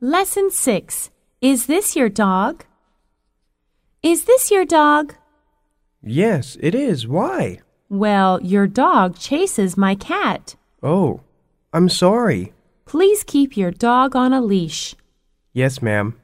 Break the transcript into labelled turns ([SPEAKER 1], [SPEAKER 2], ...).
[SPEAKER 1] Lesson 6 Is this your dog? Is this your dog?
[SPEAKER 2] Yes, it is. Why?
[SPEAKER 1] Well, your dog chases my cat.
[SPEAKER 2] Oh, I'm sorry.
[SPEAKER 1] Please keep your dog on a leash.
[SPEAKER 2] Yes, ma'am.